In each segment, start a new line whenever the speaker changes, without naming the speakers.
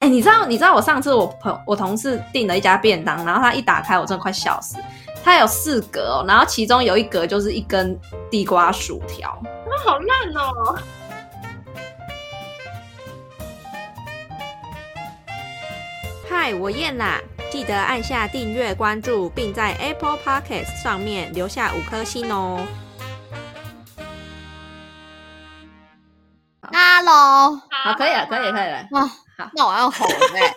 哎你知道你知道我上次我朋我同事订了一家便当，然后他一打开，我真的快笑死。它有四格哦，然后其中有一格就是一根地瓜薯条，
那好烂哦！
嗨，我燕啦！记得按下订阅、关注，并在 Apple Podcast 上面留下五颗星哦。
Hello，
好，可以
啊
了，可以了，可以了。
哇，那我要吼了欸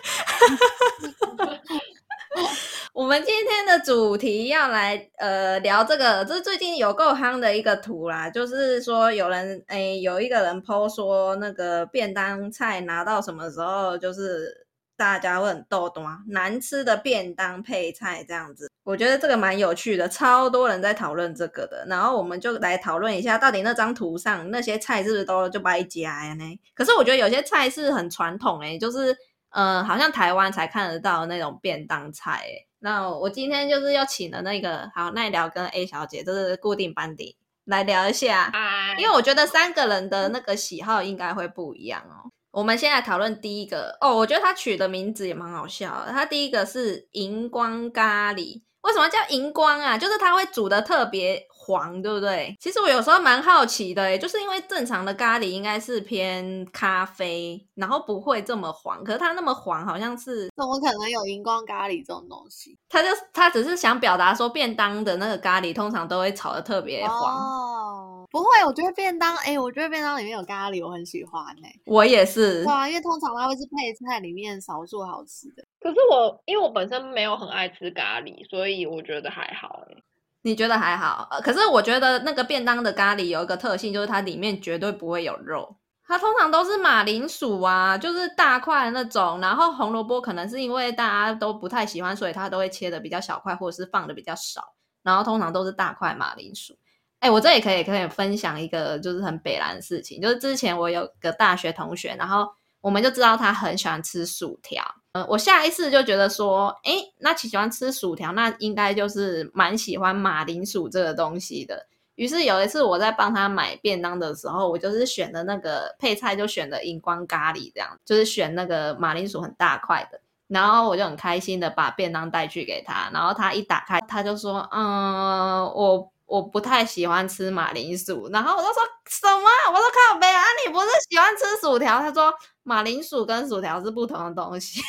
我们今天的主题要来呃聊这个，这是最近有够夯的一个图啦，就是说有人诶有一个人 PO 说那个便当菜拿到什么时候就是大家会很逗懂啊，难吃的便当配菜这样子，我觉得这个蛮有趣的，超多人在讨论这个的，然后我们就来讨论一下，到底那张图上那些菜是不是都就掰夹呀呢？可是我觉得有些菜是很传统诶、就是。呃，好像台湾才看得到的那种便当菜、欸。那我今天就是要请的那个好奈聊跟 A 小姐，这是固定班底，来聊一下，
哎
因为我觉得三个人的那个喜好应该会不一样哦。我们先来讨论第一个哦，我觉得他取的名字也蛮好笑的。他第一个是荧光咖喱，为什么叫荧光啊？就是它会煮的特别黄，对不对？其实我有时候蛮好奇的耶，就是因为正常的咖喱应该是偏咖啡，然后不会这么黄，可是它那么黄好像是
怎么可能有荧光咖喱这种东西？
他就他只是想表达说，便当的那个咖喱通常都会炒的特别黄。
哦，不会，我觉得便当，哎、我觉得便当里面有咖喱，我很喜欢哎、
我也是
对，啊，因为通常它会是配菜里面少数好吃的。
可是我因为我本身没有很爱吃咖喱，所以我觉得还好哎。
你觉得还好？呃，可是我觉得那个便当的咖喱有一个特性，就是它里面绝对不会有肉。它通常都是马铃薯啊，就是大块的那种，然后红萝卜可能是因为大家都不太喜欢，所以它都会切的比较小块，或者是放的比较少，然后通常都是大块马铃薯。哎、我这也可以可以分享一个就是很北兰的事情，就是之前我有个大学同学，然后我们就知道他很喜欢吃薯条。呃，我下意识就觉得说，哎、那其喜欢吃薯条，那应该就是蛮喜欢马铃薯这个东西的。于是有一次我在帮他买便当的时候，我就是选的那个配菜，就选的荧光咖喱，这样就是选那个马铃薯很大块的。然后我就很开心的把便当带去给他，然后他一打开，他就说：“嗯，我我不太喜欢吃马铃薯。”然后我就说什么？我说靠北啊，你不是喜欢吃薯条？他说马铃薯跟薯条是不同的东西。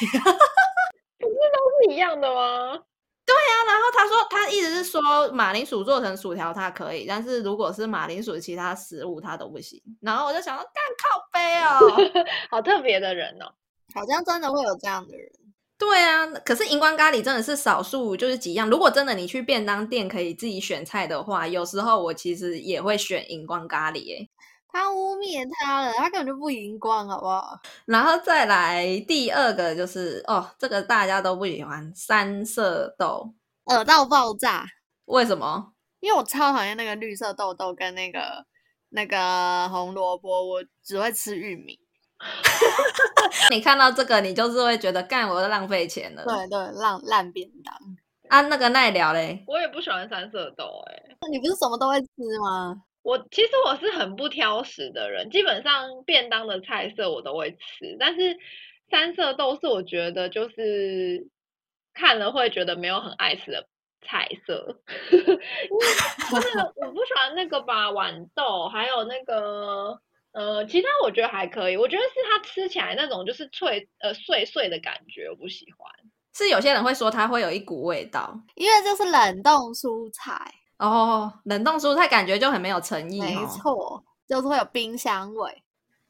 都是一样的吗？
啊然后他说，他一直是说马铃薯做成薯条它可以，但是如果是马铃薯其他食物它都不行。然后我就想说，干靠背哦，
好特别的人哦。
好像真的会有这样的人，
对啊。可是荧光咖喱真的是少数，就是几样。如果真的你去便当店可以自己选菜的话，有时候我其实也会选荧光咖喱耶。
他污蔑他了，他根本就不荧光，好不好？
然后再来第二个就是哦，这个大家都不喜欢三色豆，
恶到爆炸！
为什么？
因为我超讨厌那个绿色豆豆跟那个那个红萝卜，我只会吃玉米。
你看到这个你就是会觉得干我浪费钱了。
对对，烂烂便当。
啊，那个奈聊嘞。
我也不喜欢三色豆哎。
你不是什么都会吃吗？
我其实我是很不挑食的人，基本上便当的菜色我都会吃，但是三色豆是我觉得就是看了会觉得没有很爱吃的菜色， 因为那个我不喜欢那个吧，豌豆还有那个呃，其他我觉得还可以，我觉得是它吃起来那种就是脆呃碎碎的感觉，我不喜欢。
是有些人会说它会有一股味道
因为这是冷冻蔬菜，
哦，冷冻蔬菜感觉就很没有诚意、哦。
没错，就是会有冰箱味。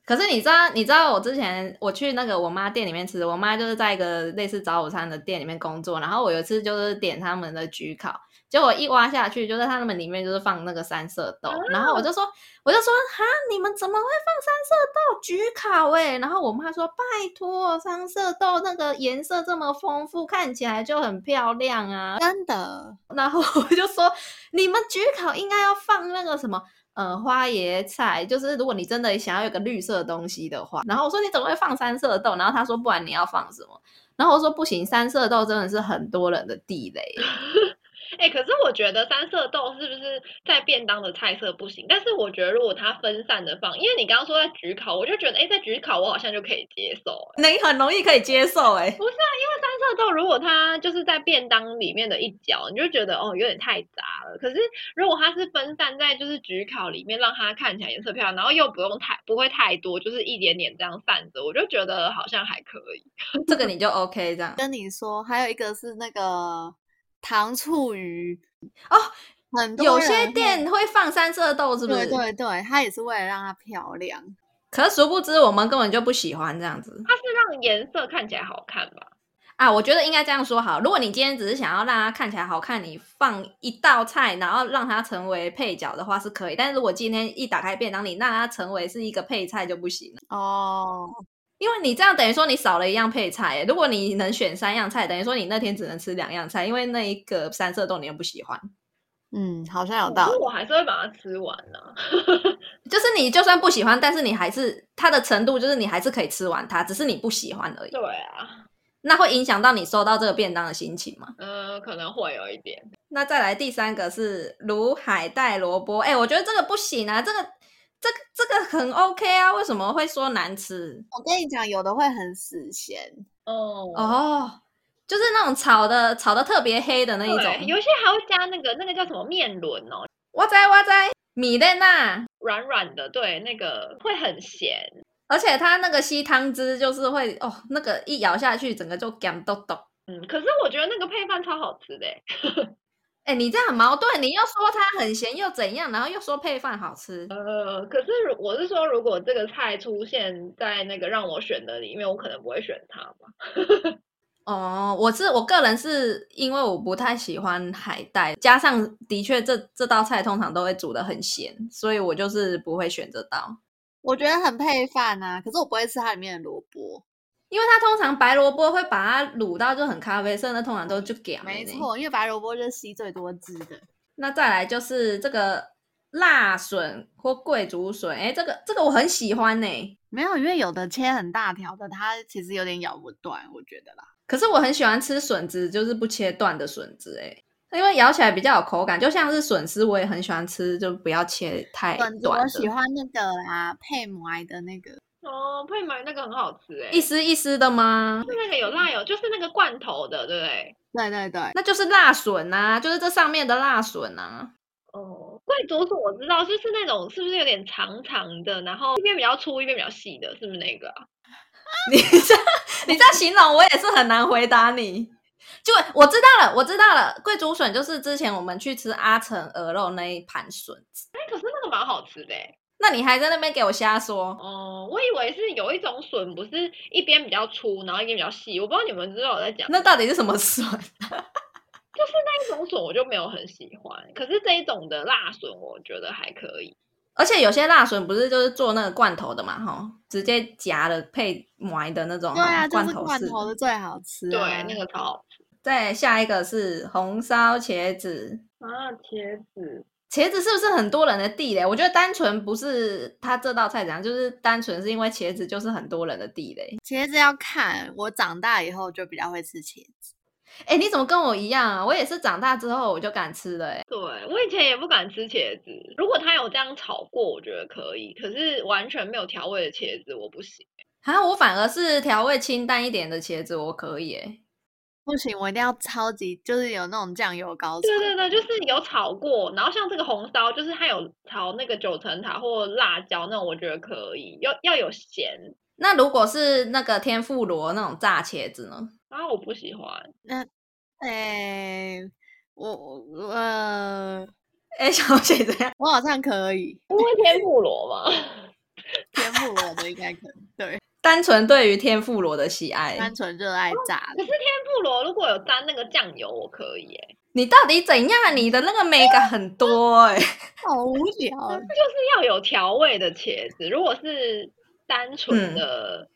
可是你知道，你知道我之前我去那个我妈店里面吃，我妈就是在一个类似早午餐的店里面工作，然后我有一次就是点他们的焗烤，结果一挖下去，就是他们里面就是放那个三色豆，
啊
然后我就说，我就说哈，你们怎么会放三色豆焗烤、欸？哎，然后我妈说，拜托，三色豆那个颜色这么丰富，看起来就很漂亮啊。
真的，
然后我就说，你们焗烤应该要放那个什么，呃，花椰菜，就是如果你真的想要有个绿色的东西的话。然后我说你怎么会放三色豆？然后他说不然你要放什么？然后我说不行，三色豆真的是很多人的地雷。
哎、可是我觉得三色豆是不是在便当的菜色不行？但是我觉得如果它分散的放，因为你刚刚说在焗烤，我就觉得哎、在焗烤我好像就可以接受。
你很容易可以接受哎、
不是啊，因为三色豆如果它就是在便当里面的一角，你就觉得哦有点太杂了。可是如果它是分散在就是焗烤里面，让它看起来颜色漂亮，然后又不用太不会太多，就是一点点这样散着，我就觉得好像还可 以。
这个你就 OK 这样。
跟你说，还有一个是那个糖醋鱼
哦，
很多
有
人
些
会
店会放三色豆，是不
对
是？
对对，它也是为了让它漂亮。
可是殊不知我们根本就不喜欢这样子
它是让颜色看起来好看吧？
啊！我觉得应该这样说好，如果你今天只是想要让它看起来好看，你放一道菜，然后让它成为配角的话是可以。但是如果今天一打开便当，你让它成为是一个配菜就不行了。
哦，
因为你这样等于说你少了一样配菜欸耶，如果你能选三样菜，等于说你那天只能吃两样菜，因为那一个三色豆你又不喜欢。
嗯，好像有
可
道
是
理。
我还是会把它吃完啊呢、
就是你就算不喜欢，但是你还是它的程度，就是你还是可以吃完它，只是你不喜欢而已。
对啊，
那会影响到你收到这个便当的心情吗？
嗯、可能会有一点。
那再来第三个是卤海带萝卜，哎、我觉得这个不行啊，这个这个这个很 OK 啊，为什么会说难吃？
我跟你讲，有的会很死咸，
哦、
哦，就是那种炒的炒的特别黑的那一
对，
种，
有些还会加那个那个叫什么面轮哦，
哇塞哇塞，米勒娜，
软软的，对，那个会很咸。
而且它那个吸汤汁就是会哦，那个一咬下去整个就干豆豆。
嗯，可是我觉得那个配饭超好吃的欸，
哎、你这样很矛盾，你又说它很咸又怎样，然后又说配饭好吃，
呃，可是如我是说，如果这个菜出现在那个让我选的里面，我可能不会选它吧。
哦，我是我个人是因为我不太喜欢海带，加上的确这这道菜通常都会煮的很咸，所以我就是不会选这道，
我觉得很配饭啊。可是我不会吃它里面的萝卜。
因为它通常白萝卜会把它卤到就很咖啡色，那通常都就给
没。错，因为白萝卜就是吸最多汁的。
那再来就是这个辣笋或桂竹笋，哎，这个这个我很喜欢呢、
没有，因为有的切很大条的，它其实有点咬不断，我觉得啦。
可是我很喜欢吃笋子，就是不切断的笋子、诶因为咬起来比较有口感，就像是笋丝，我也很喜欢吃，就不要切太
笋子
短
我
的。
喜欢那个啦，配馍的那个，
哦，配买那个很好吃哎，
一丝一丝的吗？
是那个有辣油，就是那个罐头的，对不对？
对对对，
那就是辣笋呐、就是这上面的辣笋啊呐、
哦，贵族笋我知道，就是那种是不是有点长长的，然后一边比较粗，一边比较细的，是不是那个啊？
你这样你这样形容，我也是很难回答你。就我知道了，我知道了，贵竹笋就是之前我们去吃阿成鹅肉那一盘笋子。
哎，可是那个蛮好吃的欸。
那你还在那边给我瞎说？
哦，我以为是有一种笋，不是一边比较粗，然后一边比较细。我不知道你们知道我在讲
那到底是什么笋？
那一种笋，我就没有很喜欢。可是这一种的辣笋，我觉得还可以。
而且有些辣笋不是就是做那个罐头的嘛，哈，直接夹了配埋的那种
对啊，
吼
就是
头
罐
式
头
的
的最好吃、
对，
啊。
那个超好吃
再下一个是红烧茄子，
啊，茄子。
茄子是不是很多人的地雷？我觉得单纯不是它这道菜怎样，就是单纯是因为茄子就是很多人的地雷。
茄子要看，我长大以后就比较会吃茄子。
哎，你怎么跟我一样啊？我也是长大之后我就敢吃了、欸，
对，我以前也不敢吃茄子，如果它有这样炒过，我觉得可以。可是完全没有调味的茄子，我不行。
啊，我反而是调味清淡一点的茄子，我可以、欸。
不行，我一定要超级，就是有那种酱油高潮。
对对对，就是有炒过，然后像这个红烧，就是它有炒那个九层塔或辣椒那种，我觉得可以。要要有咸，
那如果是那个天妇罗那种炸茄子呢？
然后我不喜欢。
哎、我我呃，
哎， 小姐这样，
我好像可以，
因为天妇罗嘛，
天赋我的应该可以。对，
单纯对于天妇罗的喜爱
单，纯热爱炸
可
的
是。天妇罗如果有沾那个酱油，我可以耶，
你到底怎样啊？你的那个美感很多哎、
好无聊。
就是要有调味的茄子。如果是单
嗯
纯的，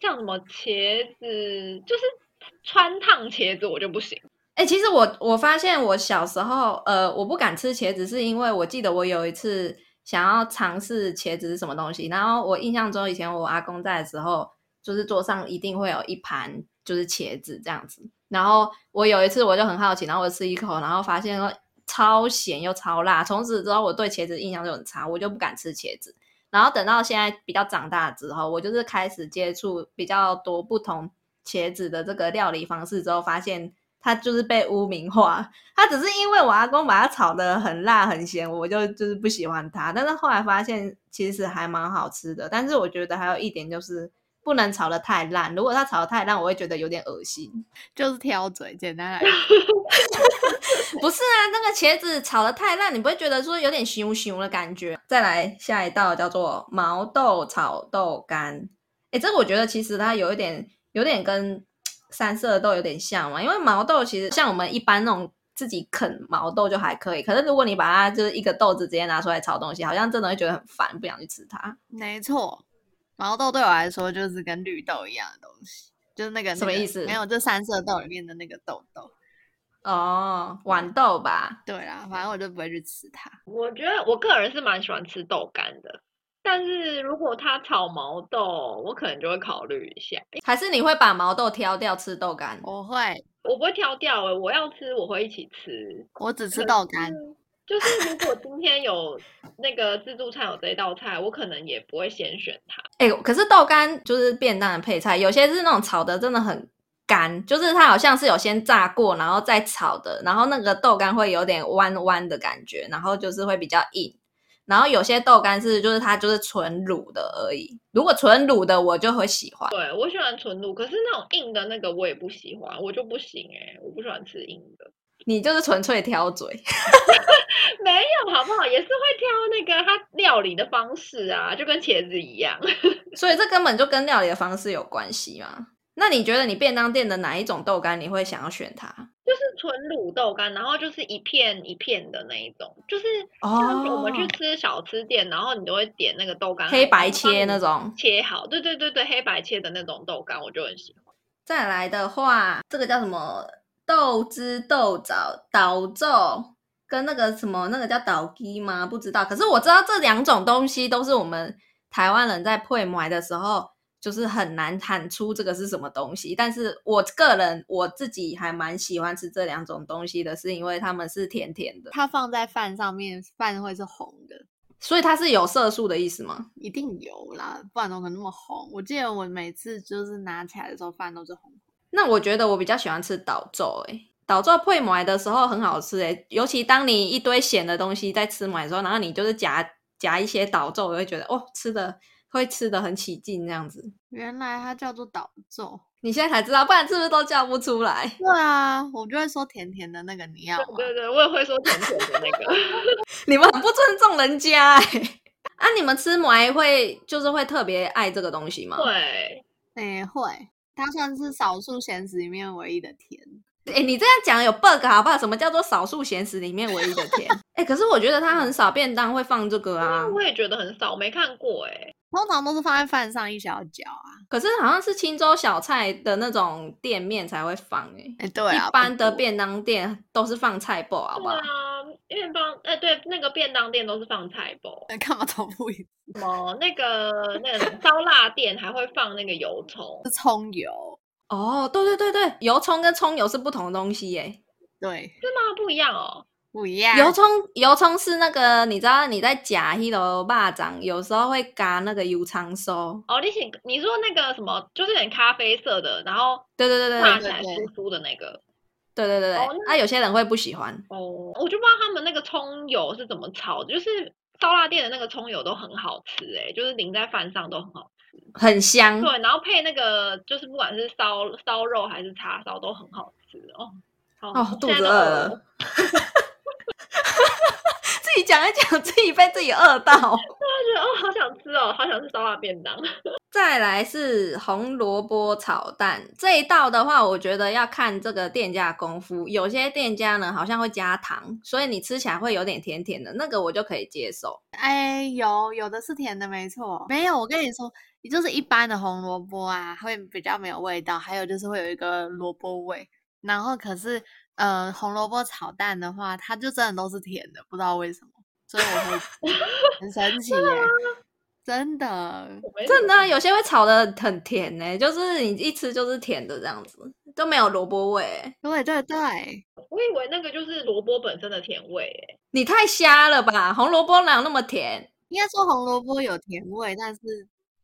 像什么茄子，就是川烫茄子，我就不行。
哎、其实我我发现我小时候，呃，我不敢吃茄子，是因为我记得我有一次想要尝试茄子是什么东西，然后我印象中以前我阿公在的时候，就是桌上一定会有一盘就是茄子这样子，然后我有一次我就很好奇，然后我吃一口，然后发现说超咸又超辣。从此之后，我对茄子印象就很差，我就不敢吃茄子。然后等到现在比较长大之后，我就是开始接触比较多不同茄子的这个料理方式之后，发现它就是被污名化。它只是因为我阿公把它炒的很辣很咸，我就就是不喜欢它。但是后来发现其实还蛮好吃的，但是我觉得还有一点就是不能炒的太烂。如果它炒的太烂，我会觉得有点恶心。
就是挑嘴，简单来说，
不是啊，那个茄子炒的太烂，你不会觉得说有点熊熊的感觉？再来下一道叫做毛豆炒豆干，哎，这个我觉得其实它有一点有点跟三色豆有点像嘛，因为毛豆其实像我们一般那种自己啃毛豆就还可以，可是如果你把它就是一个豆子直接拿出来炒东西，好像真的会觉得很烦，不想去吃它。
没错。毛豆对我来说就是跟绿豆一样的东西，就是那个、那个、
什么意思
没有，就三色豆里面的那个豆豆。
哦，豌豆吧，
对啦，反正我就不会去吃它。
我觉得我个人是蛮喜欢吃豆干的，但是如果它炒毛豆，我可能就会考虑一下。
还是你会把毛豆挑掉吃豆干？
我会，
我不会挑掉、欸，我要吃我会一起吃。
我只吃豆干。
就是如果今天有那个自助餐有这一道菜，我可能也不会先选它。
哎、可是豆干就是便当的配菜，有些是那种炒的真的很干，就是它好像是有先炸过，然后再炒的，然后那个豆干会有点弯弯的感觉，然后就是会比较硬。然后有些豆干是就是它就是纯卤的而已，如果纯卤的我就会喜欢。
对我喜欢纯卤，可是那种硬的那个我也不喜欢，我就不行哎、我不喜欢吃硬的。
你就是纯粹挑嘴，
没有好不好？也是会挑那个它料理的方式啊，就跟茄子一样。
所以这根本就跟料理的方式有关系嘛。那你觉得你便当店的哪一种豆干你会想要选它？
就是纯卤豆干，然后就是一片一片的那一种，就是像我们去
哦
吃小吃店，然后你都会点那个豆干，
黑白
它帮
切
你
那种。
切好，对对对对，黑白切的那种豆干，我就很喜欢。
再来的话，这个叫什么豆汁豆枣导奏，跟那个什么那个叫导鸡吗？不知道。可是我知道这两种东西都是我们台湾人在配埋的时候，就是很难喊出这个是什么东西。但是我个人我自己还蛮喜欢吃这两种东西的，是因为它们是甜甜的，
它放在饭上面，饭会是红的，
所以它是有色素的意思吗？
一定有啦，不然怎么可能那么红？我记得我每次就是拿起来的时候，饭都是红红。
那我觉得我比较喜欢吃导奏、欸，诶，导奏配埋的时候很好吃、欸，诶，尤其当你一堆咸的东西在吃埋的时候，然后你就是夹夹一些导奏，我会觉得哦，吃的会吃的很起劲这样子。
原来它叫做导咒。
你现在才知道，不然是不是都叫不出来？
对啊，我就会说甜甜的那个你要吗？
对对对，我也会说甜甜的那个。
你们很不尊重人家、欸。啊，你们吃埋会就是会特别爱这个东西吗？
对，
哎、会，它算是少数咸食里面唯一的甜。
哎、你这样讲有 bug 好不好？什么叫做少数咸食里面唯一的甜？哎、可是我觉得它很少便当会放这个啊
那。我也觉得很少，没看过哎、
通常都是放在饭上一小角啊。
可是好像是青州小菜的那种店面才会放诶、
哎、对啊，
一般的便当店都是放菜包，好不
对
好？
啊，因为帮哎、对，那个便当店都是放菜包，
当干嘛都不一
什么那个那个烧腊店还会放那个油葱，
是葱油。
哦，对对对对，油葱跟葱油是不同的东西耶、
对，
是吗？不一样哦。
不一样。
油葱油葱是那个，你知道你在夹一楼霸掌，有时候会嘎那个油葱酥。
哦，你请你说那个什么，就是有点咖啡色的，然后
对对对对
画
对
起
对
来
对
酥酥的那个。
对对对，
哦
对啊，有些人会不喜欢。
哦，我就不知道他们那个葱油是怎么炒的，就是烧腊店的那个葱油都很好吃哎、就是淋在饭上都很好
很香
吃。，对，然后配那个就是不管是烧烧肉还是叉烧都很好吃哦。好
哦
我
肚
现在
子
都
饿
了
了 自己讲一讲，自己被自己饿到。
就觉得哦，好想吃哦，好想吃烧腊便当。
再来是红萝卜炒蛋这一道的话，我觉得要看这个店家的功夫。有些店家呢好像会加糖，所以你吃起来会有点甜甜的，那个我就可以接受。
哎，有有的是甜的，没错。没有，我跟你说，也就是一般的红萝卜啊，会比较没有味道，还有就是会有一个萝卜味。然后可是，呃，红萝卜炒蛋的话，它就真的都是甜的，不知道为什么，所以我会吃很神 奇耶、真的。
我没
真
怎
的啊
么
啊有些会炒的很甜呢、就是你一吃就是甜的这样子。都没有萝卜味欸，
对对对，
我以为那个就是萝卜本身的甜味欸耶，
你太瞎了吧？红萝卜哪有那么甜？
应该说红萝卜有甜味，但是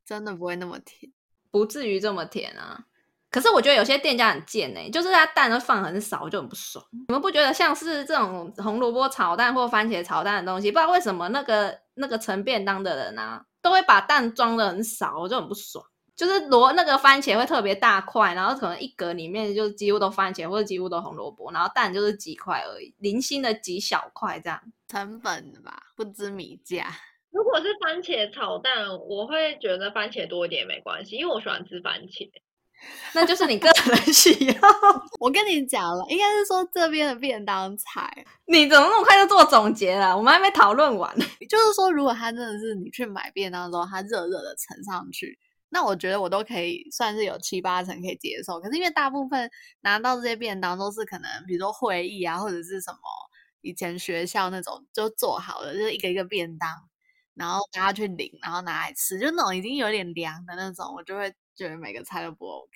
真的不会那么甜。
不至于这么甜啊。可是我觉得有些店家很贱呢、就是他蛋都放很少，我就很不爽。你们不觉得像是这种红萝卜炒蛋或番茄炒蛋的东西，不知道为什么那个那个盛便当的人啊，都会把蛋装的很少，我就很不爽。就是萝那个番茄会特别大块，然后可能一格里面就几乎都番茄或者几乎都红萝卜，然后蛋就是几块而已，零星的几小块这样。
成本吧，不知米价。
如果是番茄炒蛋，我会觉得番茄多一点也没关系，因为我喜欢吃番茄。
那就是你个人喜好。
我跟你讲了，应该是说这边的便当菜，
你怎么那么快就做总结了？我们还没讨论完。
就是说，如果它真的是你去买便当之后，它热热的盛上去，那我觉得我都可以算是有七八成可以接受。可是因为大部分拿到这些便当都是可能，比如说会议啊，或者是什么以前学校那种就做好了，就是一个一个便当，然后大家去领，然后拿来吃，就那种已经有点凉的那种，我就会觉得每个菜都不 OK。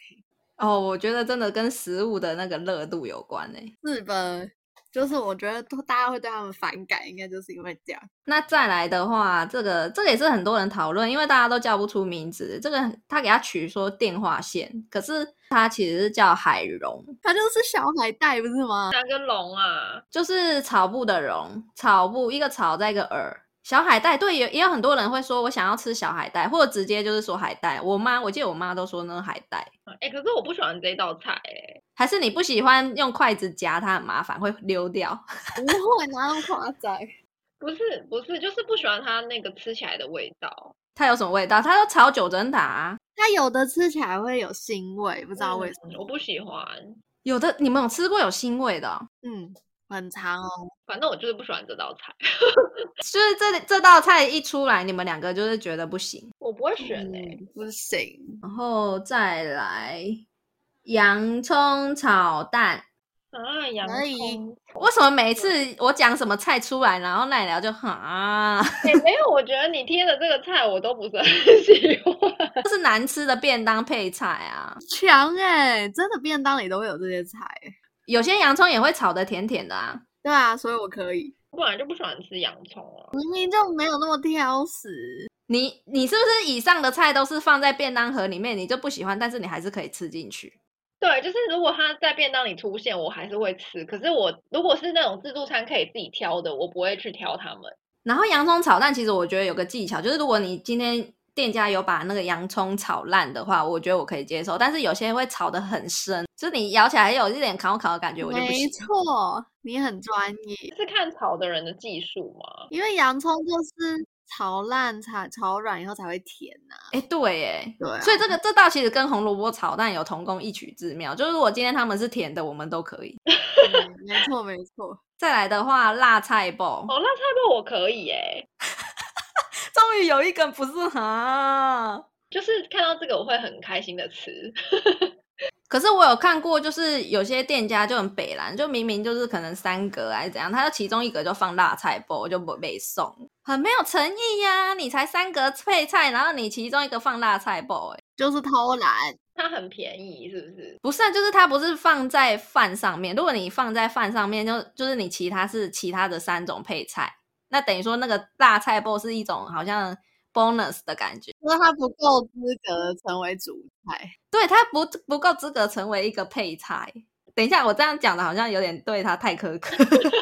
哦，我觉得真的跟食物的那个热度有关欸诶、
日本就是我觉得都大家会对他们反感，应该就是因为这样。
那再来的话，这个这个也是很多人讨论，因为大家都叫不出名字。这个他给他取说电话线，可是它其实是叫海茸，
它就是小海带，不是吗？
哪个龙啊？
就是草布的茸，草布一个草在一个耳。小海带，对，也也有很多人会说我想要吃小海带，或者直接就是说海带。我妈，我记得我妈都说那是海带，
哎、可是我不喜欢这道菜哎，
还是你不喜欢用筷子夹它，很麻烦会溜掉。
不会，哪那么夸张？
不是不是，就是不喜欢它那个吃起来的味道。
它有什么味道？它要炒九层塔啊、
它有的吃起来会有腥味，不
不
嗯
知道为什么。
嗯我不喜欢，
有的你们有吃过有腥味的哦、
嗯，很长哦。
反正我就是不喜欢这道菜，
就是这这道菜一出来，你们两个就是觉得不行，
我不会选哎、
嗯，不行，
然后再来洋葱炒蛋。
啊，洋
可以
葱。
为什么每次我讲什么菜出来，然后奈聊就哈、 啊，
哎、没有，我觉得你贴的这个菜我都不是很喜欢。
这是难吃的便当配菜啊。
强哎、真的便当里都会有这些菜欸、
有些洋葱也会炒的甜甜的啊。
对啊，所以我可以，
我本来就不喜欢吃洋葱啊。
明明就没有那么挑食。
你你是不是以上的菜都是放在便当盒里面，你就不喜欢，但是你还是可以吃进去？
对，就是如果它在便当里出现，我还是会吃。可是我如果是那种自助餐可以自己挑的，我不会去挑它们。
然后洋葱炒蛋，其实我觉得有个技巧，就是如果你今天店家有把那个洋葱炒烂的话，我觉得我可以接受。但是有些会炒得很深，就是你咬起来有一点烤烤的感觉，我就不
没
行。
错，你很专业。
是看炒的人的技术
嗯
嘛？
因为洋葱就是炒烂、炒炒软以后才会甜呐、
哎，对，耶。
对、啊，
所以这个这道其实跟红萝卜炒蛋有同工异曲之妙，就是如果今天他们是甜的，我们都可以。
嗯没错没错，
再来的话，辣菜包，
哦，辣菜包我可以哎、
终于有一个不是哈。
就是看到这个我会很开心的吃。
可是我有看过，就是有些店家就很北蓝，就明明就是可能三格还是怎样，他就其中一格就放辣菜包，就不被送，很没有诚意呀、你才三格配菜，然后你其中一个放辣菜包、欸，
就是偷懒。
它很便宜，是不是？
不是、啊，就是它不是放在饭上面，如果你放在饭上面，就就是你其他是其他的三种配菜，那等于说那个辣菜包是一种好像 bonus 的感觉，
因为它不够资格成为主菜，
对，它不不够资格成为一个配菜。等一下，我这样讲的好像有点对他太苛刻。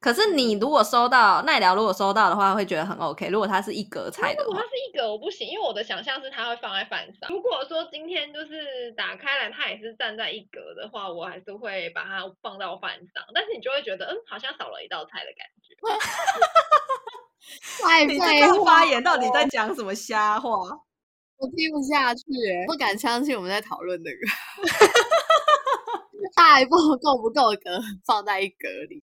可是你如果收到奈良，如果收到的话，会觉得很 OK。如果它是一格菜的
如果
话
它，是一个我不行，因为我的想象是它会放在饭上。如果说今天就是打开来，它也是站在一格的话，我还是会把它放到饭上。但是你就会觉得，嗯，好像少了一道菜的感觉。
太
你
废
这个
话
发言到底在讲什么瞎话？
我听不下去欸，不敢相信我们在讨论这 个。大一步够不够格放在一格里？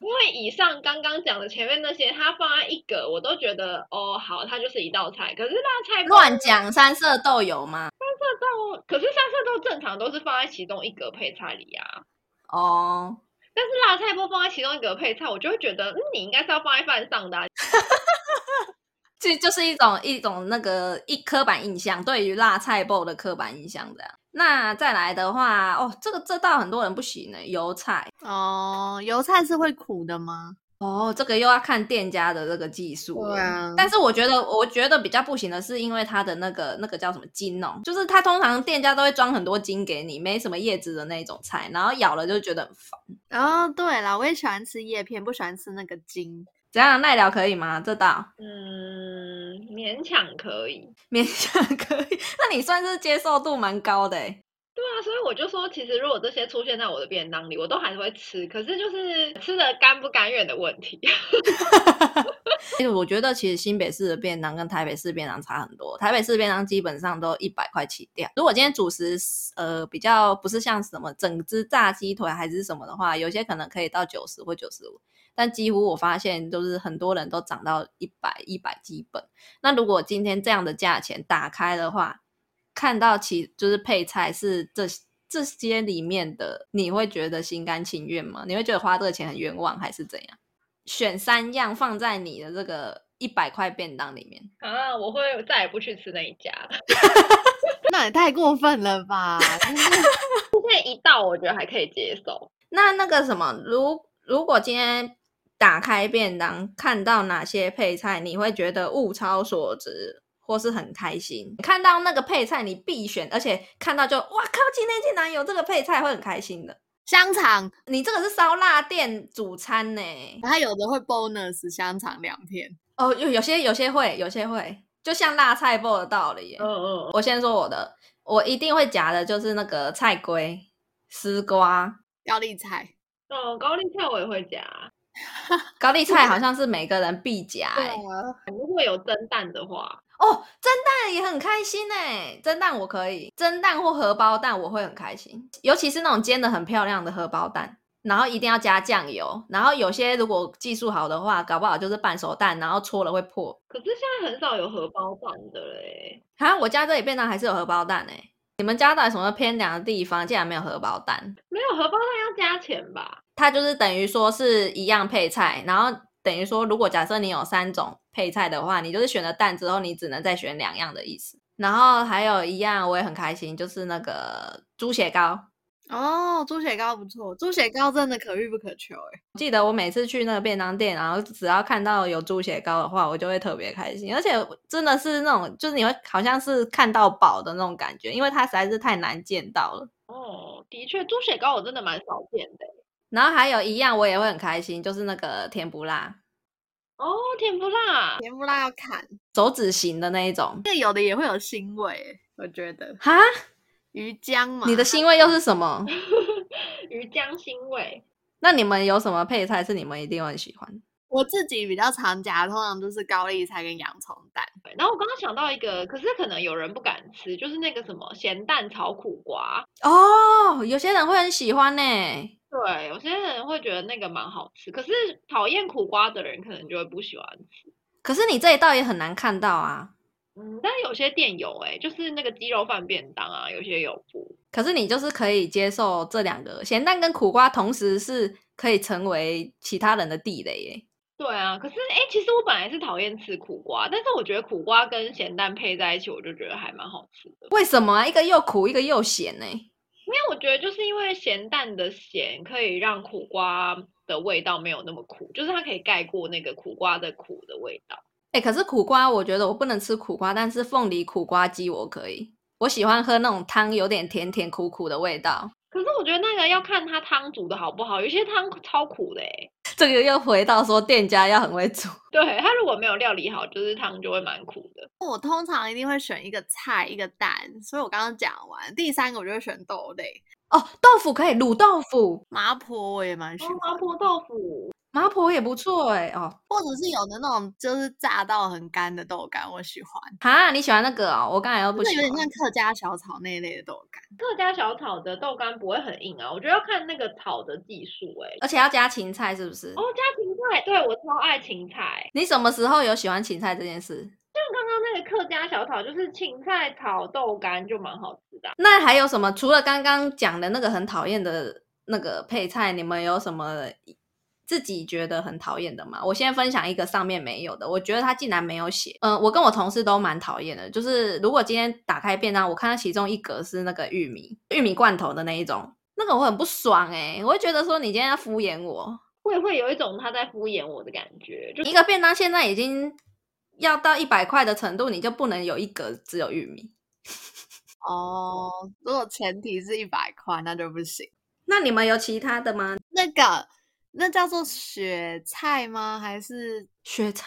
因为以上刚刚讲的前面那些，它放在一格，我都觉得哦，好，它就是一道菜。可是辣菜 包
乱讲三色豆有吗？
豆，可是三色豆正常都是放在其中一格配菜里啊。
哦，
但是辣菜包放在其中一格配菜，我就会觉得，嗯，你应该是要放在饭上的啊、
这就是一种一种那个一刻板印象，对于辣菜包的刻板印象这样。那再来的话，哦，这个这道很多人不行呢，油菜
哦，油菜是会苦的吗？
哦，这个又要看店家的这个技术了。
对啊
但是我觉得，我觉得比较不行的是，因为它的那个那个叫什么筋哦，就是它通常店家都会装很多筋给你，没什么叶子的那种菜，然后咬了就觉得很烦。
哦，对啦，我也喜欢吃叶片，不喜欢吃那个筋。
怎样耐聊可以吗？这道
嗯，勉强可以。
勉强可以，那你算是接受度蛮高的欸
对啊，所以我就说，其实如果这些出现在我的便当里，我都还是会吃，可是就是吃的甘不甘愿的问题。
哎、我觉得其实新北市的便当跟台北市便当差很多。台北市便当基本上都一百块起跳。如果今天主食是呃比较不是像什么整只炸鸡腿还是什么的话，有些可能可以到九十或九十五，但几乎我发现都是很多人都涨到一百一百基本。那如果今天这样的价钱打开的话，看到其就是配菜是这这些里面的，你会觉得心甘情愿吗？你会觉得花这个钱很冤枉还是怎样？选三样放在你的这个一百块便当里面。
啊，我会再也不去吃那一家了。
那也太过分了吧！真是
那一道我觉得还可以接受，
那那个什么，如如果今天打开便当看到哪些配菜，你会觉得物超所值，或是很开心？看到那个配菜你必选，而且看到就哇靠，今天竟然有这个配菜，会很开心的。
香肠，
你这个是烧腊店主餐呢、
它有的会 bonus 香肠两片。
哦，有有些有些会，有些会，就像辣菜包的道理耶。
嗯嗯，
我先说我的，我一定会夹的就是那个菜龟、丝瓜、
高丽菜，
嗯，高丽菜我也会加，
高丽菜，好像是每个人必夹、欸。
啊，
如果有蒸蛋的话，
哦，蒸蛋也很开心哎、蒸蛋我可以，蒸蛋或荷包蛋我会很开心，尤其是那种煎的很漂亮的荷包蛋。然后一定要加酱油，然后有些如果技术好的话，搞不好就是半熟蛋，然后搓了会破。
可是现在很少有荷包蛋的欸嘞。
啊，我家这里便当还是有荷包蛋哎、你们家到底什么偏凉的地方，竟然没有荷包蛋？
没有荷包蛋要加钱吧？
它就是等于说是一样配菜，然后等于说，如果假设你有三种配菜的话，你就是选了蛋之后，你只能再选两样的意思。然后还有一样我也很开心，就是那个猪血糕。
哦，猪血糕不错，猪血糕真的可遇不可求哎、
我记得我每次去那个便当店，然后只要看到有猪血糕的话，我就会特别开心，而且真的是那种就是你会好像是看到宝的那种感觉，因为它实在是太难见到了。
哦，的确，猪血糕我真的蛮少见的。
然后还有一样我也会很开心，就是那个甜不辣，
哦，甜不辣，
甜不辣要看，
手指型的那一种。
那有的也会有腥味欸、我觉得
哈，
鱼浆嘛，
你的腥味又是什么？
鱼浆腥味。
那你们有什么配菜是你们一定会很喜欢？
我自己比较常夹，通常就是高丽菜跟洋葱蛋。
对然后我刚刚想到一个，可是可能有人不敢吃，就是那个什么咸蛋炒苦瓜。
哦，有些人会很喜欢呢、
对，有些人会觉得那个蛮好吃，可是讨厌苦瓜的人可能就会不喜欢吃。
可是你这一道也很难看到啊。
嗯，但是有些店有哎、就是那个鸡肉饭便当啊，有些有不。
可是你就是可以接受这两个咸蛋跟苦瓜，同时是可以成为其他人的地雷耶、
对啊，可是哎、其实我本来是讨厌吃苦瓜，但是我觉得苦瓜跟咸蛋配在一起，我就觉得还蛮好吃的。
为什么啊？一个又苦，一个又咸呢、
因为我觉得就是因为咸蛋的咸可以让苦瓜的味道没有那么苦，就是它可以盖过那个苦瓜的苦的味道。
哎、可是苦瓜，我觉得我不能吃苦瓜，但是凤梨苦瓜鸡我可以。我喜欢喝那种汤有点甜甜苦苦的味道。
可是我觉得那个要看它汤煮的好不好，有些汤超苦的哎、
这个又回到说店家要很会煮。
对，它如果没有料理好，就是汤就会蛮苦的。
我通常一定会选一个菜一个蛋，所以我刚刚讲完，第三个我就会选豆类，
哦，豆腐可以卤豆腐，
麻婆我也蛮喜
哦
欢，
麻婆豆腐，
麻婆也不错哎、哦，
或者是有的那种就是炸到很干的豆干，我喜欢，
哈，你喜欢那个哦？我刚才又不
就是
喜
有
欢
点。像客家小炒那一类的豆干。
客家小炒的豆干不会很硬啊，我觉得要看那个炒的技术哎、
而且要加芹菜，是不是？
哦，加芹菜，对我超爱芹菜。
你什么时候有喜欢芹菜这件事？
刚刚那个客家小炒就是芹菜炒豆干就蛮好吃的啊、
那还有什么？除了刚刚讲的那个很讨厌的那个配菜，你们有什么自己觉得很讨厌的嘛。我先分享一个上面没有的，我觉得他竟然没有写。嗯、我跟我同事都蛮讨厌的，就是如果今天打开便当，我看到其中一格是那个玉米玉米罐头的那一种，那个我很不爽哎、我会觉得说你今天要敷衍我。
我也会有一种他在敷衍我的感觉，就
一个便当现在已经要到一百块的程度，你就不能有一格只有玉米。
哦，如果前提是一百块，那就不行。
那你们有其他的吗？
那个那叫做雪菜吗？还是
雪菜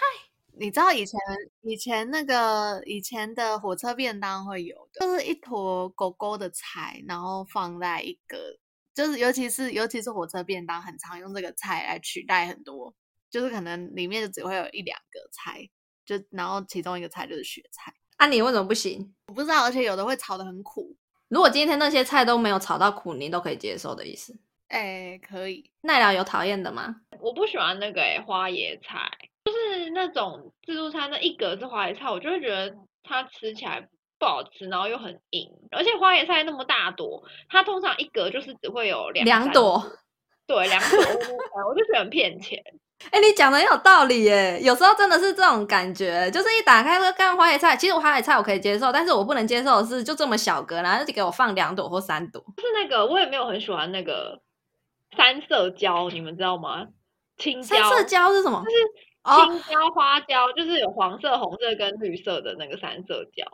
你知道以前以前那个以前的火车便当会有的，就是一坨狗狗的菜，然后放在一个，就是尤其是尤其是火车便当，很常用这个菜来取代很多，就是可能里面就只会有一两个菜，就然后其中一个菜就是雪菜，
啊，你为什么不行？
我不知道，而且有的会炒的很苦，
如果今天那些菜都没有炒到苦，你都可以接受的意思。
哎，可以，
奈良有讨厌的吗？
我不喜欢那个诶、花椰菜，就是那种自助餐那一格是花椰菜，我就会觉得它吃起来不好吃，然后又很硬，而且花椰菜那么大朵，它通常一格就是只会有两
两
三
朵，
对，两朵，我就觉得很骗钱。
哎、你讲的很有道理耶，有时候真的是这种感觉，就是一打开那个干花椰菜，其实我花椰菜我可以接受，但是我不能接受的是就这么小格，然后就给我放两朵或三朵。
就是那个我也没有很喜欢那个三色椒，你们知道吗？青椒，
三色椒是什么？
就是
哦，
青椒、花椒，就是有黄色、红色跟绿色的那个三色椒。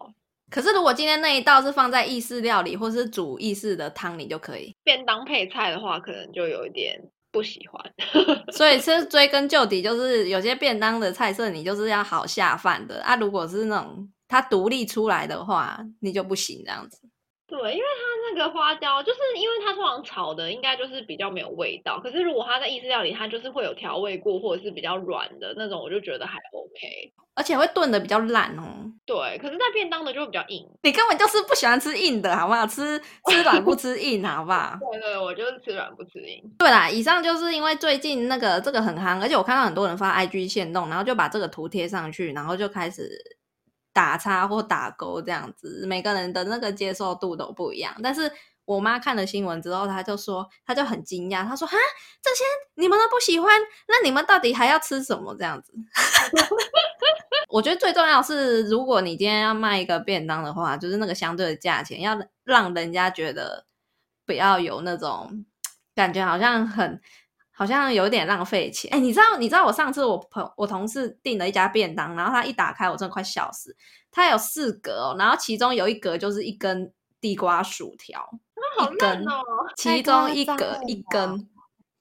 可是如果今天那一道是放在意式料理或是煮意式的汤里就可以，
便当配菜的话，可能就有一点不喜欢。
所以是追根究底，就是有些便当的菜色你就是要好下饭的啊，如果是那种它独立出来的话，你就不行这样子。
对，因为它那个花椒，就是因为它通常炒的应该就是比较没有味道，可是如果它在意式料理，它就是会有调味过或者是比较软的那种，我就觉得还 OK。
而且会炖的比较烂哦，
对，可是，在便当的就会比较硬。
你根本就是不喜欢吃硬的，好不好？吃吃软不吃硬，好不好？
对对，我就是吃软不吃硬。
对啦，以上就是因为最近那个这个很夯，而且我看到很多人发 IG 限动，然后就把这个图贴上去，然后就开始打叉或打勾这样子，每个人的那个接受度都不一样。但是我妈看了新闻之后，她就说，她就很惊讶，她说：“哈，这些你们都不喜欢，那你们到底还要吃什么？”这样子。 我觉得最重要是，如果你今天要卖一个便当的话，就是那个相对的价钱，要让人家觉得不要有那种感觉，好像很好像有点浪费钱。哎，你知道你知道我上次我朋我同事订了一家便当，然后他一打开，我真的快笑死。它有四格哦，然后其中有一格就是一根地瓜薯条，
好
一
烂
根
哦！
其
夸
中一
张
格
了
一
吧
根，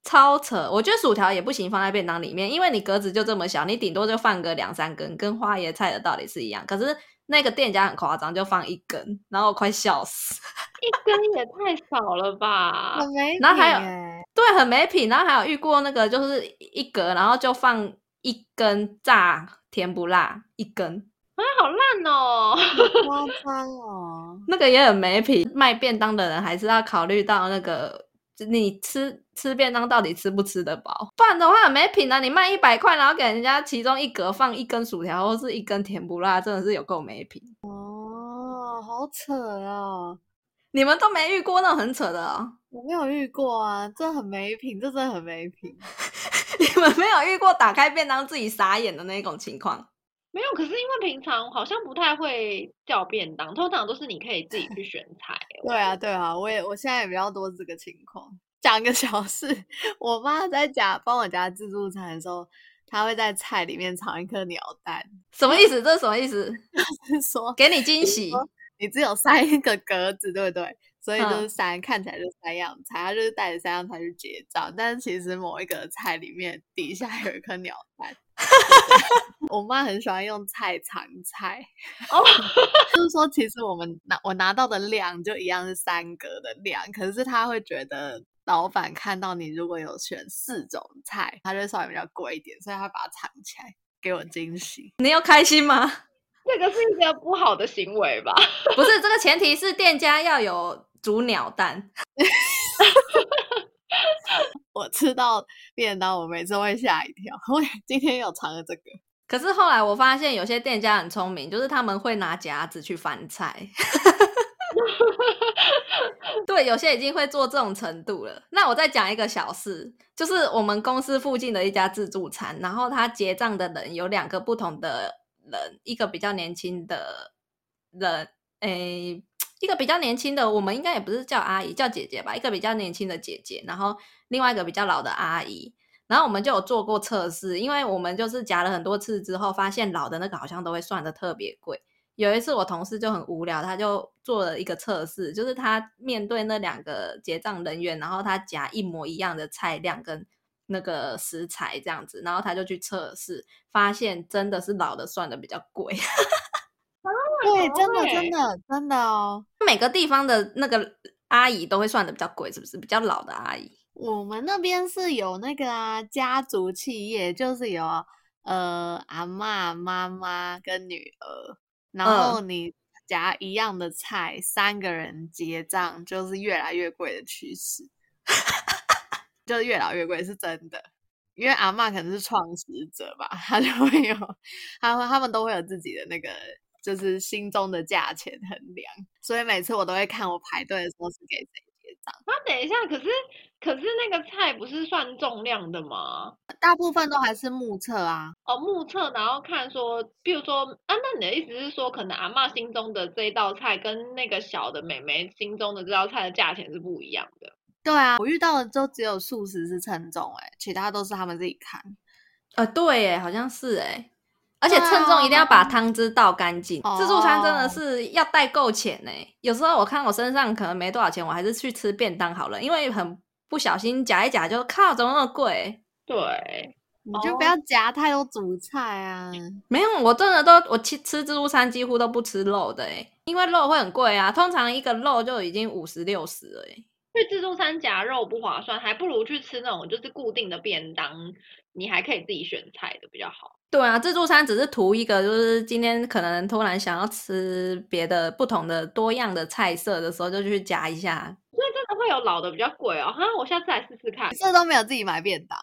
超扯！我觉得薯条也不行放在便当里面，因为你格子就这么小，你顶多就放个两三根，跟花椰菜的道理是一样。可是那个店家很夸张，就放一根，然后我快笑死。
一根也太少了吧？
嗯
很没
啊然后还有
品耶
对，很没品。然后还有遇过那个就是一格，然后就放一根炸甜不辣一根，
啊，好烂哦！
夸张哦。
那个也很没品。卖便当的人还是要考虑到那个，就你吃吃便当到底吃不吃得饱，不然的话很没品啊！你卖一百块，然后给人家其中一格放一根薯条或是一根甜不辣，真的是有够没品。
哦，好扯哦！
你们都没遇过那种很扯的哦，
我没有遇过啊，这很没品，这真的很没品。
你们没有遇过打开便当自己傻眼的那种情况。
没有，可是因为平常好像不太会叫便当，通常都是你可以自己去选菜。
对啊，对啊，我也我现在也比较多这个情况。讲一个小事， 我妈在家帮我家自助餐的时候，她会在菜里面藏一颗鸟蛋，
什么意思？这是什么意思？
就是说
给你惊喜，
你只有塞一个格子，对不对？所以就
嗯
是三、看起来就三样菜，她就是带着三样菜去结账，但是其实某一个菜里面底下有一颗鸟蛋。就这样 我妈很喜欢用菜藏菜，
哦，
就是说，其实我们拿我拿到的量就一样是三格的量，可是他会觉得老板看到你如果有选四种菜，他就稍微比较贵一点，所以他把它藏起来给我惊喜。
你有开心吗？
这个是一个不好的行为吧？
不是，这个前提是店家要有煮鸟蛋。
我吃到便当，我每次会吓一跳， 我今天有藏了这个，
可是后来我发现有些店家很聪明，就是他们会拿夹子去翻菜， 对，有些已经会做这种程度了。那我再讲一个小事，就是我们公司附近的一家自助餐，然后他结账的人有两个不同的人，一个比较年轻的人，诶，一个比较年轻的，我们应该也不是叫阿姨，叫姐姐吧，一个比较年轻的姐姐，然后另外一个比较老的阿姨。然后我们就有做过测试，因为我们就是夹了很多次之后，发现老的那个好像都会算的特别贵。有一次我同事就很无聊，他就做了一个测试，就是他面对那两个结账人员，然后他夹一模一样的菜量跟那个食材这样子，然后他就去测试，发现真的是老的算的比较贵。
对，真的
对
真的真的哦。
每个地方的那个阿姨都会算的比较贵，是不是？比较老的阿姨。
我们那边是有那个啊，家族企业，就是有呃阿嬷、妈妈跟女儿，然
嗯
后你夹一样的菜，三个人结账，就是越来越贵的趋势， 就是越老越贵是真的。因为阿嬷可能是创始者吧，她就会有，她会他们都会有自己的那个，就是心中的价钱衡量，所以每次我都会看我排队的时候是给谁结账。
那等一下，可是可是那个菜不是算重量的吗？
大部分都还是目测啊，
哦，目测，然后看说，比如说，啊，那你的意思是说，可能阿嬷心中的这一道菜跟那个小的妹妹心中的这道菜的价钱是不一样的。
对啊，我遇到的就只有素食是称重、欸，其他都是他们自己看。
呃，对耶，好像是哎。而且
对
称重一定要把
啊
汤汁倒干净。自助餐真的
哦
是要带够钱呢、有时候我看我身上可能没多少钱，我还是去吃便当好了，因为很不小心夹一夹就靠，怎么那么贵？
对，
你就
哦
不要夹太多主菜啊！
没有，我真的都我吃吃自助餐几乎都不吃肉的哎、因为肉会很贵啊。通常一个肉就已经五十六十了、欸。
去自助餐夹肉不划算，还不如去吃那种就是固定的便当，你还可以自己选菜的比较好。
对啊，自助餐只是图一个，就是今天可能突然想要吃别的不同的多样的菜色的时候，就去夹一下。
所以真的会有老的比较贵哦，哈，我下次来试试看
你。这都没有自己买便当，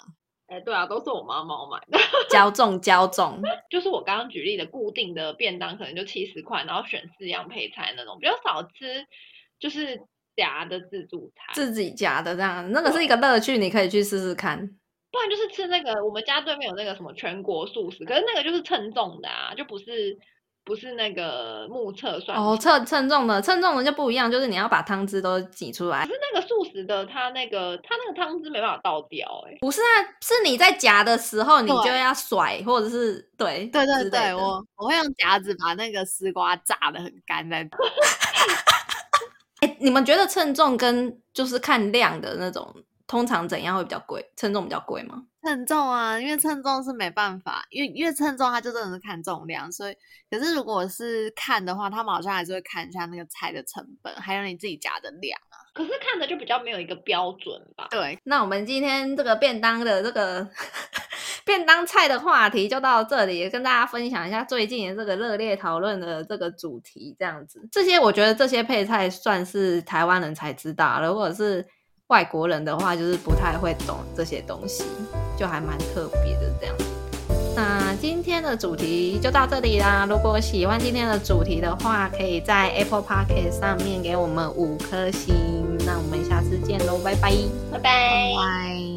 哎，对啊，都是我妈妈买的，
骄纵骄纵，
就是我刚刚举例的固定的便当，可能就七十块，然后选四样配菜那种，比较少吃就是夹的自助餐。
自己夹的这样，那个是一个乐趣，你可以去试试看。
不然就是吃那个我们家对面有那个什么全国素食，可是那个就是称重的啊，就不是不是那个目测算
哦，
起
称称重的，称重的就不一样，就是你要把汤汁都挤出来
可。是那个素食的，它那个它那个汤汁没办法倒掉、欸，哎，
不是啊，是你在夹的时候，你
对
就要甩，或者是对
对
之
对
类
对，
的
我我会用夹子把那个丝瓜炸的很干再
哎，你们觉得称重跟就是看量的那种，通常怎样会比较贵？称重比较贵吗？
称重啊，因为称重是没办法，因为因为称重它就真的是看重量，所以可是如果是看的话，他们好像还是会看一下那个菜的成本，还有你自己夹的量。
可是看的就比较没有一个标准吧。
对，
那我们今天这个便当的这个便当菜的话题就到这里，跟大家分享一下最近的这个热烈讨论的这个主题，这样子。这些我觉得这些配菜算是台湾人才知道，如果是外国人的话，就是不太会懂这些东西，就还蛮特别的这样子。那今天的主题就到这里啦。如果喜欢今天的主题的话，可以在 Apple p o c k e t 上面给我们五颗星。那我们下次见喽，拜拜。
拜拜。
拜。